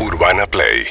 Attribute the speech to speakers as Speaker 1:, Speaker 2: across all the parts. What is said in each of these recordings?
Speaker 1: Urbana Play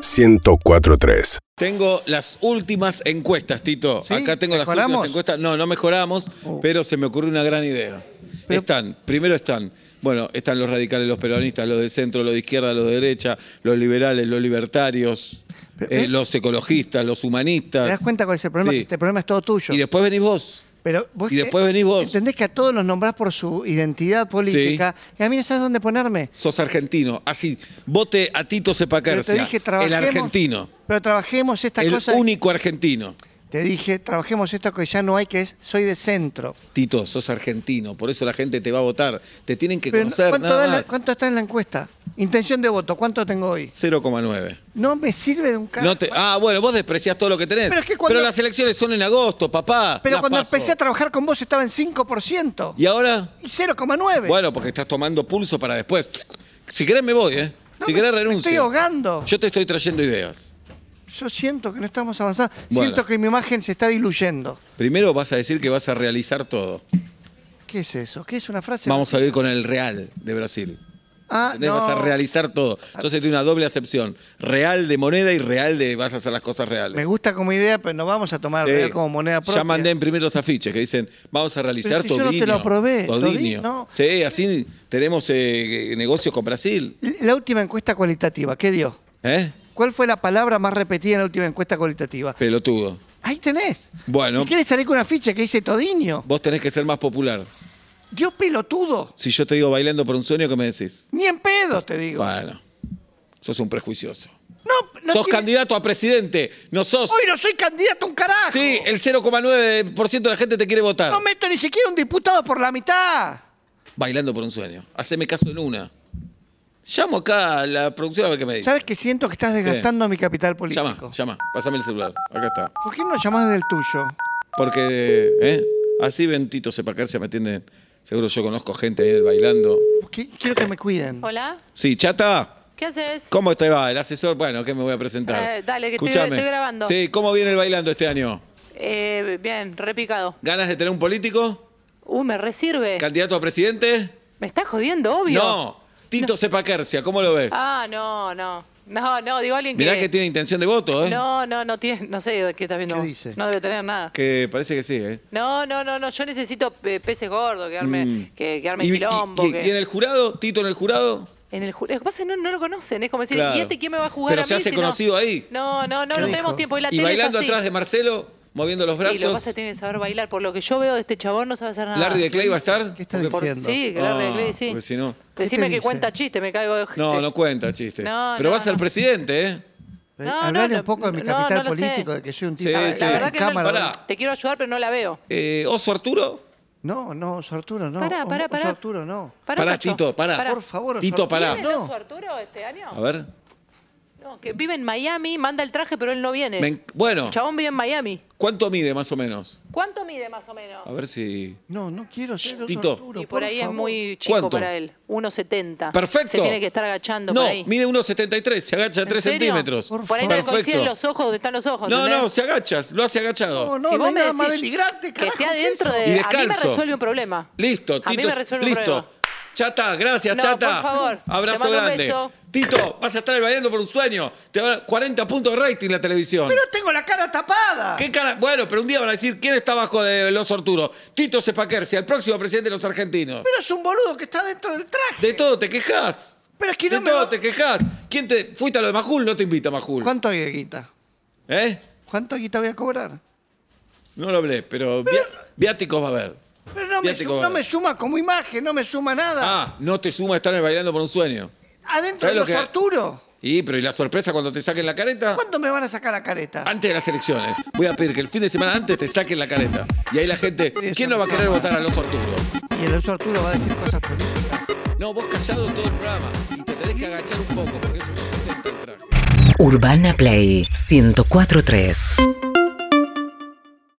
Speaker 1: 1043.
Speaker 2: Tengo las últimas encuestas, Tito.
Speaker 3: Sí,
Speaker 2: Acá tengo las
Speaker 3: ¿mejoramos? Oh.
Speaker 2: últimas encuestas. No, no mejoramos, pero se me ocurrió una gran idea.
Speaker 3: Pero-
Speaker 2: están, primero están, bueno, están los radicales, los peronistas, los de centro, los de izquierda, los de derecha, los liberales, los libertarios,
Speaker 3: Pero,
Speaker 2: eh,
Speaker 3: ¿eh?
Speaker 2: los ecologistas, los humanistas.
Speaker 3: ¿Te das cuenta cuál es el problema?
Speaker 2: Ah, Sí.
Speaker 3: Que este problema es todo tuyo.
Speaker 2: Y después venís vos.
Speaker 3: Pero vos,
Speaker 2: y después venís vos.
Speaker 3: Entendés que a todos los nombrás por su identidad política y a mí no sabes dónde ponerme.
Speaker 2: Sos argentino. Así, vote a Tito
Speaker 3: Pero te
Speaker 2: Sepacarcia.
Speaker 3: dije,
Speaker 2: el
Speaker 3: trabajemos.
Speaker 2: argentino.
Speaker 3: Pero trabajemos esta
Speaker 2: el
Speaker 3: cosa.
Speaker 2: único argentino.
Speaker 3: Te dije, trabajemos esta cosa que ya no hay, que es soy de centro.
Speaker 2: Tito, sos argentino, por eso la gente te va a votar. Te tienen que
Speaker 3: Pero no-
Speaker 2: conocer
Speaker 3: ¿cuánto,
Speaker 2: nada
Speaker 3: da la-
Speaker 2: más.
Speaker 3: cuánto está en la encuesta? Intención de voto, ¿cuánto tengo hoy?
Speaker 2: 0,9.
Speaker 3: No me sirve de un carajo.
Speaker 2: No te- ah, bueno, vos despreciás todo lo que tenés.
Speaker 3: Pero es que cuando-
Speaker 2: Pero las elecciones son en agosto, papá.
Speaker 3: Pero
Speaker 2: Las
Speaker 3: cuando
Speaker 2: paso.
Speaker 3: empecé a trabajar con vos estaba en 5% y,
Speaker 2: ¿Y ahora?
Speaker 3: 0,9%.
Speaker 2: Bueno, porque estás tomando pulso para después. Si querés me voy, ¿eh?
Speaker 3: No,
Speaker 2: si
Speaker 3: me-
Speaker 2: querés
Speaker 3: me
Speaker 2: renuncio.
Speaker 3: estoy ahogando.
Speaker 2: Yo te estoy trayendo ideas.
Speaker 3: Yo siento que no estamos avanzando.
Speaker 2: Bueno.
Speaker 3: Siento que mi imagen se está diluyendo.
Speaker 2: Primero vas a decir que vas a realizar todo.
Speaker 3: ¿Qué es eso? ¿Qué es una frase?
Speaker 2: Vamos a ir con el Real de Brasil.
Speaker 3: Ah,
Speaker 2: ¿Entendés?
Speaker 3: no. Ah.
Speaker 2: Vas a realizar todo. Entonces tiene una doble acepción. Real de moneda y real de vas a hacer las cosas reales.
Speaker 3: Me gusta como idea, pero no vamos a tomar
Speaker 2: Sí.
Speaker 3: real como moneda propia.
Speaker 2: Ya mandé en primeros afiches que dicen, vamos a realizar
Speaker 3: Pero si yo
Speaker 2: Todinio.
Speaker 3: no te lo aprobé,
Speaker 2: Todinio.
Speaker 3: Todinio, no.
Speaker 2: Sí, así tenemos eh, negocios con Brasil.
Speaker 3: La última encuesta cualitativa, ¿qué dio?
Speaker 2: ¿Eh?
Speaker 3: ¿Cuál fue la palabra más repetida en la última encuesta cualitativa?
Speaker 2: Pelotudo.
Speaker 3: Ahí tenés.
Speaker 2: Bueno.
Speaker 3: ¿Y quieres salir con una ficha que dice Todiño?
Speaker 2: Vos tenés que ser más popular.
Speaker 3: Dios pelotudo.
Speaker 2: Si yo te digo bailando por un sueño, ¿qué me decís?
Speaker 3: Ni en pedo, te digo.
Speaker 2: Bueno, sos un prejuicioso.
Speaker 3: No, no
Speaker 2: sos
Speaker 3: tiene-
Speaker 2: candidato a presidente, no sos...
Speaker 3: Hoy no soy candidato a un carajo.
Speaker 2: Sí, el 0,9% de la gente te quiere votar.
Speaker 3: No meto ni siquiera un diputado por la mitad.
Speaker 2: Bailando por un sueño. Haceme caso en una. Llamo acá a la producción a ver qué me dice.
Speaker 3: ¿Sabes que siento que estás desgastando mi capital político?
Speaker 2: Llama, llama. Pásame el celular. Acá está.
Speaker 3: ¿Por qué no llamás del tuyo?
Speaker 2: Porque, ¿eh? Así Bentito Sepacarcia, ¿me entienden? Seguro yo conozco gente ahí en el bailando.
Speaker 3: Porque quiero que me cuiden.
Speaker 4: Hola,
Speaker 2: Sí, chata.
Speaker 4: ¿qué haces?
Speaker 2: ¿Cómo te va? El asesor, bueno, que me voy a presentar.
Speaker 4: Eh, dale, que estoy-
Speaker 2: Escuchame.
Speaker 4: estoy grabando.
Speaker 2: Sí, ¿cómo viene el bailando este año?
Speaker 4: Eh, bien, repicado.
Speaker 2: ¿Ganas de tener un político?
Speaker 4: Uh, me resirve.
Speaker 2: ¿Candidato a presidente?
Speaker 4: Me estás jodiendo, obvio.
Speaker 2: No. Tito Sepaquercia, ¿cómo lo ves?
Speaker 4: Ah, no, no. No, no, digo alguien que.
Speaker 2: Mirá que tiene intención de voto, ¿eh?
Speaker 4: No, no, no tiene. No sé de qué estás viendo.
Speaker 3: ¿Qué
Speaker 4: vos.
Speaker 3: dice?
Speaker 4: No debe tener nada.
Speaker 2: Que parece que sí, ¿eh?
Speaker 4: No, no, no, no. Yo necesito eh, peces gordos, quedarme,
Speaker 2: Mm.
Speaker 4: que, quedarme
Speaker 2: ¿Y-
Speaker 4: en
Speaker 2: y-
Speaker 4: quilombo.
Speaker 2: y-
Speaker 4: que-
Speaker 2: y en el jurado? ¿Tito en el jurado?
Speaker 4: en el ju- Lo que pasa es que no, no lo conocen. Es como decir,
Speaker 2: Claro.
Speaker 4: ¿y este quién me va a jugar
Speaker 2: Pero
Speaker 4: a mí?
Speaker 2: se hace
Speaker 4: si no-
Speaker 2: conocido ahí.
Speaker 4: No, no, no,
Speaker 3: ¿Qué
Speaker 4: no
Speaker 3: dijo?
Speaker 4: tenemos tiempo. Y la
Speaker 2: Y
Speaker 4: tele es
Speaker 2: bailando
Speaker 4: así.
Speaker 2: atrás de Marcelo, moviendo los
Speaker 4: Y lo que
Speaker 2: brazos.
Speaker 4: pasa es que tiene que saber bailar. Por lo que yo veo de este chabón, no sabe hacer nada.
Speaker 2: ¿Larry de Clay va a estar?
Speaker 3: ¿Qué estás
Speaker 2: Porque-
Speaker 3: diciendo?
Speaker 4: Sí, que Larry de
Speaker 2: Ah,
Speaker 4: Clay, sí.
Speaker 2: porque si no-
Speaker 3: ¿Qué te
Speaker 4: Decime que
Speaker 3: dice?
Speaker 4: cuenta chiste, me caigo de
Speaker 2: No, no cuenta, chiste.
Speaker 4: No,
Speaker 2: Pero
Speaker 4: no,
Speaker 2: vas al
Speaker 4: no.
Speaker 2: presidente, ¿eh?
Speaker 3: Eh,
Speaker 4: No,
Speaker 3: Hablarle
Speaker 4: no,
Speaker 3: un poco de mi
Speaker 4: no,
Speaker 3: capital
Speaker 4: no lo sé.
Speaker 3: político, de que soy un
Speaker 2: Sí,
Speaker 3: tipo
Speaker 2: sí.
Speaker 3: de
Speaker 2: La verdad
Speaker 3: en
Speaker 4: que no-
Speaker 3: cámara.
Speaker 2: Pará.
Speaker 4: Te quiero ayudar, pero no la veo.
Speaker 2: Eh, ¿Oso Arturo?
Speaker 3: No, no, Sorturo, no.
Speaker 4: Pará,
Speaker 3: O-
Speaker 4: pará,
Speaker 3: o
Speaker 4: pará.
Speaker 3: Sorturo, no.
Speaker 4: Pará,
Speaker 2: Pará,
Speaker 4: Cacho.
Speaker 2: Tito, pará.
Speaker 4: Pará.
Speaker 3: Por favor,
Speaker 2: Tito,
Speaker 3: Sorturo,
Speaker 2: pará.
Speaker 4: ¿Viene el oso
Speaker 3: No.
Speaker 4: Arturo este año?
Speaker 2: A ver.
Speaker 4: No, que vive en Miami, manda el traje, pero él no viene.
Speaker 2: Me en- bueno,
Speaker 4: El chabón vive en Miami.
Speaker 2: ¿cuánto mide más o menos?
Speaker 4: ¿Cuánto mide más o menos?
Speaker 2: A ver si...
Speaker 3: No, no quiero ser
Speaker 2: Tito.
Speaker 3: Sorturo,
Speaker 4: y por ahí
Speaker 3: favor.
Speaker 4: es muy chico
Speaker 2: ¿Cuánto?
Speaker 4: para él. 1,70.
Speaker 2: Perfecto.
Speaker 4: Ah, Se tiene que estar agachando
Speaker 2: No,
Speaker 4: por ahí.
Speaker 2: mide 1,73, se agacha
Speaker 4: ¿En
Speaker 2: 3
Speaker 4: serio?
Speaker 2: centímetros.
Speaker 3: Por
Speaker 4: Por ahí no le
Speaker 2: Perfecto.
Speaker 4: coinciden los ojos donde están los ojos.
Speaker 2: No,
Speaker 4: ¿entendés?
Speaker 2: no, se agachas, lo hace agachado.
Speaker 3: No, no,
Speaker 4: Si
Speaker 3: no
Speaker 4: vos
Speaker 3: hay
Speaker 4: me
Speaker 3: nada más
Speaker 4: decís
Speaker 3: denigrante,
Speaker 4: Que
Speaker 3: carajo.
Speaker 4: esté
Speaker 3: que
Speaker 4: adentro
Speaker 2: Y
Speaker 3: eso.
Speaker 4: de. A mí me
Speaker 2: descalzo.
Speaker 4: resuelve un problema.
Speaker 2: Listo,
Speaker 4: A mí
Speaker 2: Tito,
Speaker 4: me resuelve un
Speaker 2: listo.
Speaker 4: problema.
Speaker 2: Chata, gracias,
Speaker 4: No,
Speaker 2: chata.
Speaker 4: por favor, te
Speaker 2: Abrazo
Speaker 4: mando un
Speaker 2: grande.
Speaker 4: beso.
Speaker 2: Tito, vas a estar bailando por un sueño. Te va a dar 40 puntos de rating la televisión.
Speaker 3: Pero tengo la cara tapada.
Speaker 2: ¿Qué cara- Bueno, pero un día van a decir quién está bajo de los Arturo. Tito Sepaquercia, el próximo presidente de los argentinos.
Speaker 3: Pero es un boludo que está dentro del traje.
Speaker 2: De todo te quejas.
Speaker 3: Pero es que
Speaker 2: de
Speaker 3: no me
Speaker 2: todo
Speaker 3: va-
Speaker 2: te quejas. ¿Quién te fuiste a lo de Majul? No te invita Majul.
Speaker 3: ¿Cuánto hay de guita?
Speaker 2: ¿Eh?
Speaker 3: ¿Cuánto guita voy a cobrar?
Speaker 2: No lo hablé, pero, via- viáticos va a haber.
Speaker 3: Pero no me,
Speaker 2: Fíjate
Speaker 3: su-
Speaker 2: cómo
Speaker 3: no
Speaker 2: es.
Speaker 3: me suma como imagen, no me suma nada.
Speaker 2: Ah, no te suma estar en el bailando por un sueño.
Speaker 3: Adentro
Speaker 2: ¿sabes
Speaker 3: de
Speaker 2: lo
Speaker 3: los
Speaker 2: que-
Speaker 3: Arturo.
Speaker 2: Y, pero ¿y la sorpresa cuando te saquen la careta?
Speaker 3: ¿Cuándo me van a sacar la careta?
Speaker 2: Antes de las elecciones. Voy a pedir que el fin de semana antes te saquen la careta. Y ahí la gente.
Speaker 3: Sí, eso
Speaker 2: ¿Quién no va a querer votar a los Arturo?
Speaker 3: Y el oso Arturo va a decir cosas políticas.
Speaker 2: No, vos callado todo el programa. Y te tenés que agachar un poco porque es un 270 el traje.
Speaker 5: Urbana Play 1043.